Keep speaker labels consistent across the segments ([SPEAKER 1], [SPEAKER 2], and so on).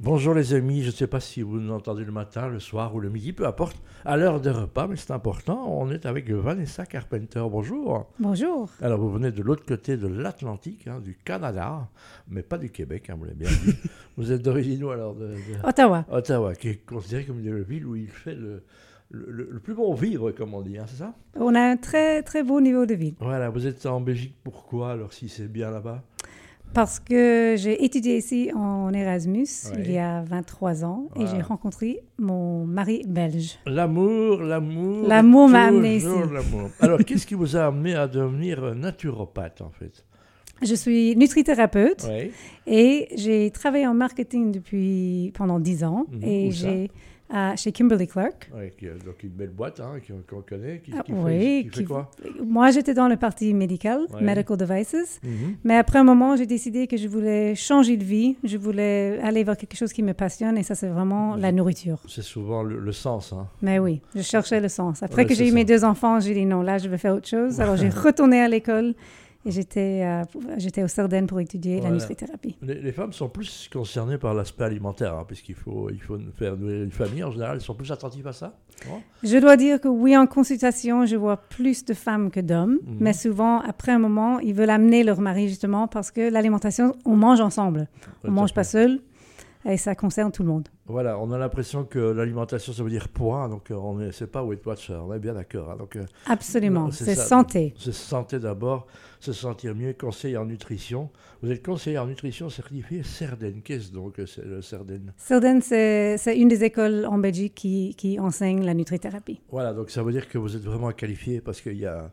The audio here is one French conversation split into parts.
[SPEAKER 1] Bonjour les amis, je ne sais pas si vous nous entendez le matin, le soir ou le midi, peu importe, à l'heure des repas, mais c'est important, on est avec Vanessa Carpenter, bonjour.
[SPEAKER 2] Bonjour.
[SPEAKER 1] Alors vous venez de l'autre côté de l'Atlantique, hein, du Canada, mais pas du Québec, hein, vous l'avez bien dit. vous êtes d'origine où alors de, de-
[SPEAKER 2] Ottawa.
[SPEAKER 1] Ottawa, qui est considérée comme une ville où il fait le, le- le- le plus bon vivre, comme on dit, hein, c'est ça
[SPEAKER 2] On a un très très beau niveau de vie
[SPEAKER 1] Voilà, vous êtes en Belgique, pourquoi alors si c'est bien là-bas
[SPEAKER 2] parce que j'ai étudié ici en Erasmus
[SPEAKER 1] Ouais.
[SPEAKER 2] il y a 23 ans et
[SPEAKER 1] Wow.
[SPEAKER 2] j'ai rencontré mon mari belge.
[SPEAKER 1] L'amour, l'amour.
[SPEAKER 2] L'amour m'a amené
[SPEAKER 1] toujours
[SPEAKER 2] ici.
[SPEAKER 1] l'amour. Alors, qu'est-ce qui vous a amené à devenir euh, naturopathe, en fait
[SPEAKER 2] Je suis nutrithérapeute
[SPEAKER 1] Oui.
[SPEAKER 2] et j'ai travaillé en marketing depuis pendant 10 ans
[SPEAKER 1] Mhm.
[SPEAKER 2] et
[SPEAKER 1] Où ça
[SPEAKER 2] j'ai à- chez Kimberly Clark.
[SPEAKER 1] donc, une belle boîte hein, qui- qu'on connaît. Qui,
[SPEAKER 2] Ah,
[SPEAKER 1] qui fait,
[SPEAKER 2] oui,
[SPEAKER 1] qui fait
[SPEAKER 2] qui-
[SPEAKER 1] quoi
[SPEAKER 2] Moi, j'étais dans le parti médical,
[SPEAKER 1] Ouais.
[SPEAKER 2] medical devices,
[SPEAKER 1] Mhm.
[SPEAKER 2] mais après un moment, j'ai décidé que je voulais changer de vie, je voulais aller vers quelque chose qui me passionne et ça c'est vraiment
[SPEAKER 1] Mhm.
[SPEAKER 2] la nourriture.
[SPEAKER 1] C'est souvent le, le sens. Hein.
[SPEAKER 2] Mais oui, je cherchais le sens. Après
[SPEAKER 1] Ouais,
[SPEAKER 2] que
[SPEAKER 1] c'est
[SPEAKER 2] j'ai eu
[SPEAKER 1] ça.
[SPEAKER 2] mes deux enfants, j'ai dit non, là, je vais faire autre chose. Alors, j'ai retourné à l'école et j'étais euh, pour- j'étais au Cerdaine pour étudier
[SPEAKER 1] Voilà.
[SPEAKER 2] la nutrithérapie.
[SPEAKER 1] Les, les femmes sont plus concernées par l'aspect alimentaire, hein, puisqu'il faut, il faut faire nourrir une famille. En général, elles sont plus attentives à ça. non
[SPEAKER 2] Je dois dire que oui, en consultation, je vois plus de femmes que d'hommes.
[SPEAKER 1] Mhm.
[SPEAKER 2] Mais souvent, après un moment, ils veulent amener leur mari justement parce que l'alimentation, on mange ensemble. On
[SPEAKER 1] Ouais,
[SPEAKER 2] mange
[SPEAKER 1] tout à
[SPEAKER 2] pas
[SPEAKER 1] fait.
[SPEAKER 2] seul et ça concerne tout le monde.
[SPEAKER 1] Voilà, on a l'impression que l'alimentation, ça veut dire poids. Donc, euh, on ne sait pas Weight Watcher. On est bien d'accord. hein, donc, euh,
[SPEAKER 2] Absolument,
[SPEAKER 1] Non, c'est
[SPEAKER 2] c'est
[SPEAKER 1] ça.
[SPEAKER 2] santé.
[SPEAKER 1] Se santé d'abord, se sentir mieux, conseiller en nutrition. Vous êtes conseiller en nutrition certifié CERDEN. Qu'est-ce donc euh, c'est le CERDEN
[SPEAKER 2] Cerdaine, c'est c'est une des écoles en Belgique qui, qui enseigne la nutrithérapie.
[SPEAKER 1] Voilà, donc ça veut dire que vous êtes vraiment qualifié parce qu'il y a,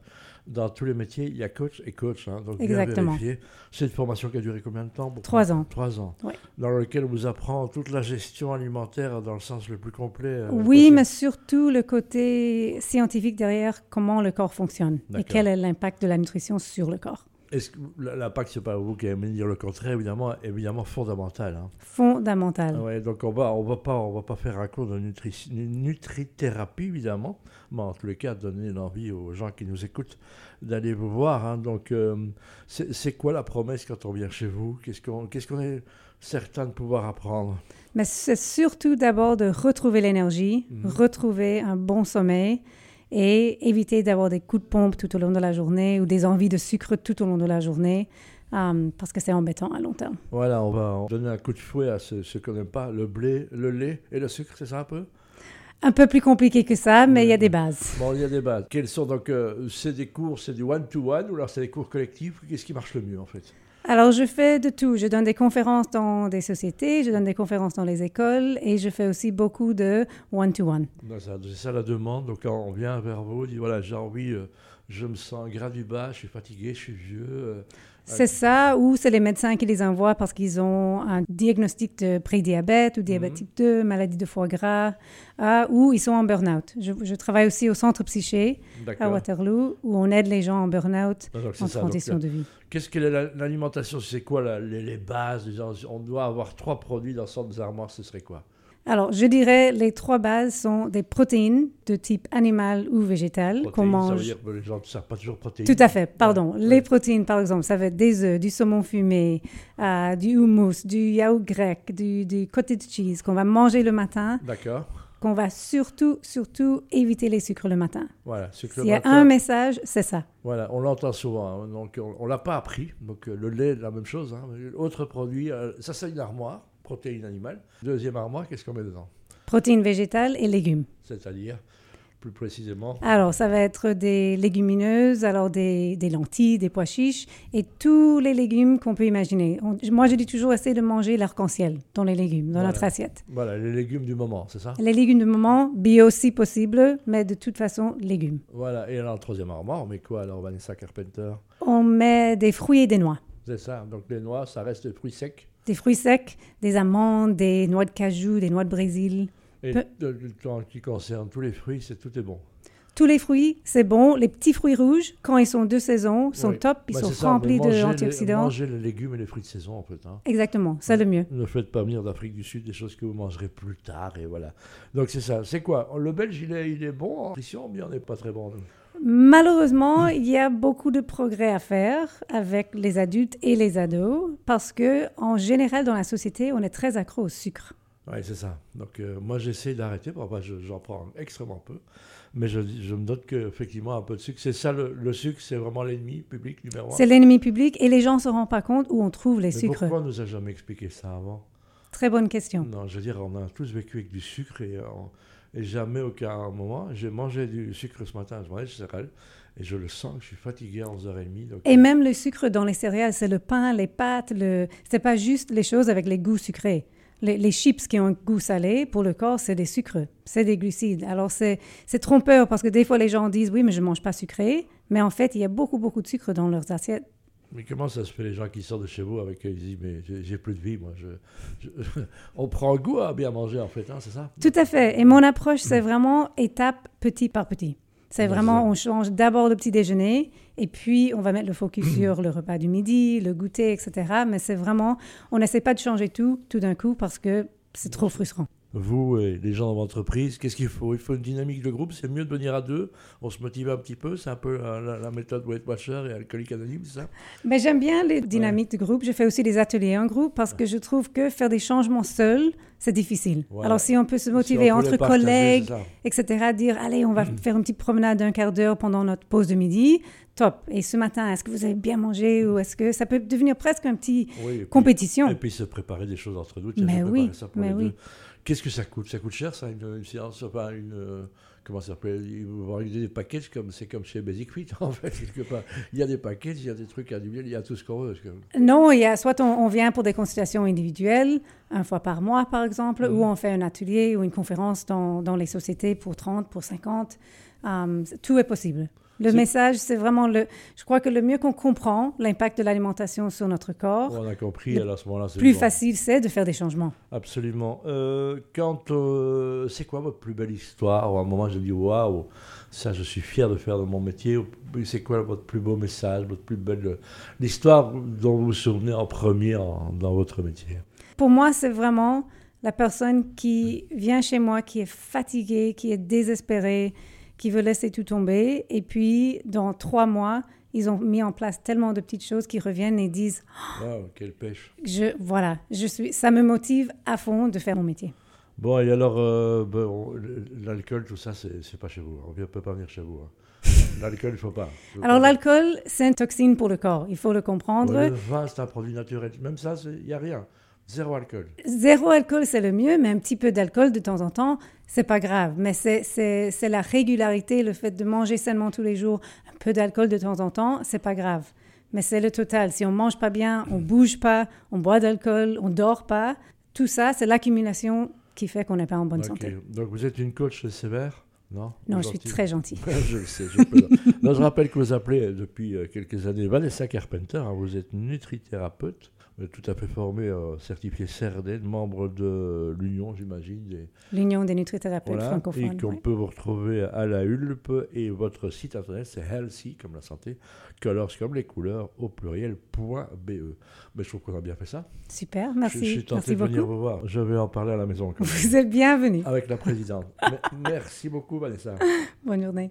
[SPEAKER 1] dans tous les métiers, il y a coach et coach. hein, donc bien
[SPEAKER 2] Exactement.
[SPEAKER 1] vérifié. C'est une formation qui a duré combien de temps pour-
[SPEAKER 2] Trois ans.
[SPEAKER 1] Trois ans.
[SPEAKER 2] Ouais.
[SPEAKER 1] Dans lequel on vous apprend toute la gestion alimentaire dans le sens le plus complet. euh,
[SPEAKER 2] Oui,
[SPEAKER 1] possible.
[SPEAKER 2] mais surtout le côté scientifique derrière comment le corps fonctionne et
[SPEAKER 1] D'accord.
[SPEAKER 2] quel est l'impact de la nutrition sur le corps.
[SPEAKER 1] Est-ce que la- l'impact, c'est pas vous qui aimez dire le contraire, évidemment, évidemment fondamental. hein.
[SPEAKER 2] Fondamental.
[SPEAKER 1] Ah ouais, donc on va, on va pas, on va pas faire un cours de nutri- nu- nutrithérapie évidemment, mais en tous les cas donner l'envie aux gens qui nous écoutent d'aller vous voir. hein. Donc euh, c'est c'est quoi la promesse quand on vient chez vous Qu'est-ce qu'on, qu'est-ce qu'on est certain de pouvoir apprendre
[SPEAKER 2] Mais c'est surtout d'abord de retrouver l'énergie,
[SPEAKER 1] Mhm.
[SPEAKER 2] retrouver un bon sommeil et éviter d'avoir des coups de pompe tout au long de la journée ou des envies de sucre tout au long de la journée euh, parce que c'est embêtant à long terme.
[SPEAKER 1] Voilà, on va donner un coup de fouet à ceux, ceux qu'on n'aime pas, le blé, le lait et le sucre, c'est ça un peu
[SPEAKER 2] Un peu plus compliqué que ça, mais il y a
[SPEAKER 1] Ouais.
[SPEAKER 2] des bases.
[SPEAKER 1] Bon, il y a des bases. Quels sont donc euh, c'est des cours, c'est du one to one ou alors c'est des cours collectifs Qu'est-ce qui marche le mieux en fait
[SPEAKER 2] Alors, je fais de tout. Je donne des conférences dans des sociétés, je donne des conférences dans les écoles et je fais aussi beaucoup de one-to-one.
[SPEAKER 1] Non, ça- C'est ça la demande. Donc quand on vient vers vous, on dit voilà, j'ai envie, euh, je me sens gras du bas, je suis fatigué, je suis vieux. euh,
[SPEAKER 2] C'est ça, ou c'est les médecins qui les envoient parce qu'ils ont un diagnostic de prédiabète ou diabète
[SPEAKER 1] Mhm.
[SPEAKER 2] type 2, maladie de foie gras, ah, ou ils sont en burn-out. Je, je travaille aussi au centre psyché à
[SPEAKER 1] D'accord.
[SPEAKER 2] Waterloo où on aide les gens en burn-out,
[SPEAKER 1] Non, donc, c'est
[SPEAKER 2] Ah en
[SPEAKER 1] ça. Donc,
[SPEAKER 2] transition
[SPEAKER 1] euh,
[SPEAKER 2] de vie.
[SPEAKER 1] Qu'est-ce que la- l'alimentation C'est quoi la- les, les bases disons, On doit avoir trois produits dans son armoire, ce serait quoi
[SPEAKER 2] Alors, je dirais les trois bases sont des protéines de type animal ou végétal qu'on
[SPEAKER 1] Protéines, Ça
[SPEAKER 2] mange.
[SPEAKER 1] veut dire que les gens ne savent pas toujours protéines.
[SPEAKER 2] Tout à fait, pardon.
[SPEAKER 1] Ouais.
[SPEAKER 2] Les protéines, par exemple, ça va être des œufs, du saumon fumé, euh, du houmous, du yaourt grec, du, du cottage cheese qu'on va manger le matin,
[SPEAKER 1] D'accord.
[SPEAKER 2] qu'on va surtout, surtout éviter les sucres le matin.
[SPEAKER 1] Voilà. c'est que le
[SPEAKER 2] S'il y a
[SPEAKER 1] matin-
[SPEAKER 2] un message, c'est ça.
[SPEAKER 1] Voilà, on l'entend souvent, hein, donc on ne l'a pas appris. Donc euh, le lait, la même chose. hein. Autre produit, euh, ça c'est une armoire, protéines animales. Deuxième armoire, qu'est-ce qu'on met dedans
[SPEAKER 2] Protéines végétales et légumes.
[SPEAKER 1] C'est-à-dire, plus précisément,
[SPEAKER 2] Alors, ça va être des légumineuses, alors des, des lentilles, des pois chiches et tous les légumes qu'on peut imaginer. On- moi, je dis toujours, essayer de manger l'arc-en-ciel dans les légumes, dans
[SPEAKER 1] Voilà.
[SPEAKER 2] notre assiette.
[SPEAKER 1] Voilà, les légumes du moment, c'est ça
[SPEAKER 2] Les légumes de moment, bio si possible, mais de toute façon, légumes.
[SPEAKER 1] Voilà, et alors le troisième armoire, on met quoi alors, Vanessa Carpenter
[SPEAKER 2] On met des fruits et des noix.
[SPEAKER 1] C'est ça, donc les noix, ça reste des fruits secs.
[SPEAKER 2] Des fruits secs, des amandes, des noix de cajou, des noix de Brésil.
[SPEAKER 1] Et
[SPEAKER 2] Pe-
[SPEAKER 1] de- de- en ce qui concerne tous les fruits, c'est tout est bon.
[SPEAKER 2] Tous les fruits, c'est bon. Les petits fruits rouges, quand ils sont de saison, sont
[SPEAKER 1] Oui.
[SPEAKER 2] top. Ils
[SPEAKER 1] Bah,
[SPEAKER 2] sont
[SPEAKER 1] c'est ça,
[SPEAKER 2] remplis
[SPEAKER 1] mais mangez les-
[SPEAKER 2] d'antioxydants.
[SPEAKER 1] Mangez les légumes et les fruits de saison, en fait. hein.
[SPEAKER 2] Exactement, c'est le mieux.
[SPEAKER 1] Ne faites pas venir d'Afrique du Sud des choses que vous mangerez plus tard, et voilà. Donc c'est ça, c'est quoi Le Belge, il est, il est bon en nutrition, mais on n'est pas très bon. nous.
[SPEAKER 2] Malheureusement, il y a beaucoup de progrès à faire avec les adultes et les ados parce que, en général, dans la société, on est très accro au sucre.
[SPEAKER 1] Oui, c'est ça. Donc, euh, moi, j'essaie d'arrêter. Bon, bah, je- j'en prends extrêmement peu. Mais je, je me note qu'effectivement, un peu de sucre. C'est ça, le, le sucre, c'est vraiment l'ennemi public numéro un.
[SPEAKER 2] C'est l'ennemi public et les gens ne se rendent pas compte où on trouve les
[SPEAKER 1] Mais
[SPEAKER 2] sucres.
[SPEAKER 1] pourquoi on nous a jamais expliqué ça avant
[SPEAKER 2] Très bonne question.
[SPEAKER 1] Non, je veux dire, on a tous vécu avec du sucre et, euh, on- et jamais aucun moment. J'ai mangé du sucre ce matin, je mangeais des céréales et je le sens, je suis fatigué à 11h30. Donc, euh,
[SPEAKER 2] Et même le sucre dans les céréales, c'est le pain, les pâtes, le... c'est pas juste les choses avec les goûts sucrés. Les, les chips qui ont un goût salé, pour le corps, c'est des sucres, c'est des glucides. Alors c'est c'est trompeur parce que des fois les gens disent oui, mais je mange pas sucré, mais en fait il y a beaucoup beaucoup de sucre dans leurs assiettes.
[SPEAKER 1] Mais comment ça se fait les gens qui sortent de chez vous avec euh, ils disent mais j'ai j'ai plus de vie moi je, je- on prend goût à bien manger en fait hein, c'est ça
[SPEAKER 2] Tout à fait. Et mon approche, c'est vraiment étape petit par petit. C'est
[SPEAKER 1] Bien
[SPEAKER 2] vraiment,
[SPEAKER 1] sûr.
[SPEAKER 2] on change d'abord le petit déjeuner et puis on va mettre le focus sur le repas du midi, le goûter, etc. Mais c'est vraiment, on n'essaie pas de changer tout tout d'un coup parce que c'est trop frustrant.
[SPEAKER 1] vous et les gens dans l'entreprise qu'est-ce qu'il faut il faut une dynamique de groupe c'est mieux de venir à deux on se motive un petit peu c'est un peu euh, la, la méthode Weight Watcher et alcoolique anonyme c'est ça
[SPEAKER 2] Mais j'aime bien les dynamiques de groupe. Je fais aussi des ateliers en groupe parce que je trouve que faire des changements seuls, c'est difficile.
[SPEAKER 1] Voilà.
[SPEAKER 2] Alors si on peut se motiver
[SPEAKER 1] Si on peut
[SPEAKER 2] entre
[SPEAKER 1] les partager,
[SPEAKER 2] collègues,
[SPEAKER 1] c'est ça. Mm.
[SPEAKER 2] etc., dire allez, on va faire une petite promenade d'un quart d'heure pendant notre pause de midi, top. Et ce matin, est-ce que vous avez bien mangé ou est-ce que ça peut devenir presque un petit
[SPEAKER 1] Oui, et puis-
[SPEAKER 2] compétition
[SPEAKER 1] Et puis se préparer des choses entre nous. tiens,
[SPEAKER 2] Mais
[SPEAKER 1] je vais
[SPEAKER 2] oui,
[SPEAKER 1] préparer ça pour
[SPEAKER 2] mais
[SPEAKER 1] les
[SPEAKER 2] oui.
[SPEAKER 1] deux. Qu'est-ce que ça coûte Ça coûte cher, ça, une, une séance Enfin, une. euh, comment ça s'appelle Ils vont organiser des packages, comme, c'est comme chez Basic Fit, en fait, quelque part. Il y a des packages, il y a des trucs individuels, il y a tout ce qu'on veut. parce que-
[SPEAKER 2] Non, il y a, soit on, on vient pour des consultations individuelles, un fois par mois par exemple, ou on fait un atelier ou une conférence dans, dans les sociétés pour 30, pour 50. Hum, c'est- tout est possible. Le
[SPEAKER 1] C'est-
[SPEAKER 2] message, c'est vraiment le. Je crois que le mieux qu'on comprend l'impact de l'alimentation sur notre corps,
[SPEAKER 1] on a compris,
[SPEAKER 2] Le
[SPEAKER 1] alors, à ce moment-là, c'est
[SPEAKER 2] plus
[SPEAKER 1] bon.
[SPEAKER 2] facile c'est de faire des changements.
[SPEAKER 1] Absolument. Euh, quand. euh, c'est quoi votre plus belle histoire Ou à un moment, j'ai dit waouh, ça, je suis fier de faire de mon métier. Ou C'est quoi votre plus beau message, votre plus belle. euh, L'histoire dont vous vous souvenez en premier en- dans votre métier
[SPEAKER 2] Pour moi, c'est vraiment la personne qui vient chez moi, qui est fatiguée, qui est désespérée, qui veut laisser tout tomber. Et puis, dans trois mois, ils ont mis en place tellement de petites choses qui reviennent et disent
[SPEAKER 1] Wow, quelle pêche.
[SPEAKER 2] je, Voilà, je suis, ça me motive à fond de faire mon métier.
[SPEAKER 1] Bon, et alors, euh, ben, on- l'alcool, tout ça, c'est c'est pas chez vous. On ne peut pas venir chez vous. hein. L'alcool, il faut pas. Faut
[SPEAKER 2] Alors,
[SPEAKER 1] pas.
[SPEAKER 2] l'alcool, c'est une toxine pour le corps, il faut le comprendre.
[SPEAKER 1] Ouais, le vin, c'est un produit naturel. Même ça, il n'y a rien. Zéro alcool.
[SPEAKER 2] Zéro alcool, c'est le mieux, mais un petit peu d'alcool de temps en temps, c'est pas grave. Mais c'est- c'est c'est la régularité, le fait de manger sainement tous les jours, un peu d'alcool de temps en temps, c'est pas grave. Mais c'est le total. Si on mange pas bien, on bouge pas, on boit d'alcool, on dort pas, tout ça, c'est l'accumulation qui fait qu'on n'est pas en bonne
[SPEAKER 1] Ok.
[SPEAKER 2] santé.
[SPEAKER 1] Donc, vous êtes une coach sévère Non
[SPEAKER 2] Non,
[SPEAKER 1] Ou
[SPEAKER 2] je suis
[SPEAKER 1] gentille
[SPEAKER 2] très gentille.
[SPEAKER 1] je le sais, je plaisante. Non, je rappelle que vous appelez euh, depuis euh, quelques années Vanessa Carpenter, hein, vous êtes nutrithérapeute, vous êtes tout à fait formée, euh, certifiée CRD, membre de l'Union, j'imagine, des,
[SPEAKER 2] L'Union des nutrithérapeutes
[SPEAKER 1] Voilà, et
[SPEAKER 2] francophones.
[SPEAKER 1] qu'on
[SPEAKER 2] ouais.
[SPEAKER 1] peut vous retrouver à la Hulpe. Et votre site internet, c'est healthy, comme la santé, colors, comme les couleurs, au pluriel, point BE. Mais je trouve qu'on a bien fait ça.
[SPEAKER 2] Super,
[SPEAKER 1] Je- Je, suis
[SPEAKER 2] merci.
[SPEAKER 1] tenté de
[SPEAKER 2] Merci
[SPEAKER 1] venir Ah.
[SPEAKER 2] beaucoup.
[SPEAKER 1] vous voir. Je vais en parler à la maison, quand même,
[SPEAKER 2] Vous êtes bienvenue.
[SPEAKER 1] avec la présidente. Mais- merci beaucoup, Vanessa.
[SPEAKER 2] Bonne journée.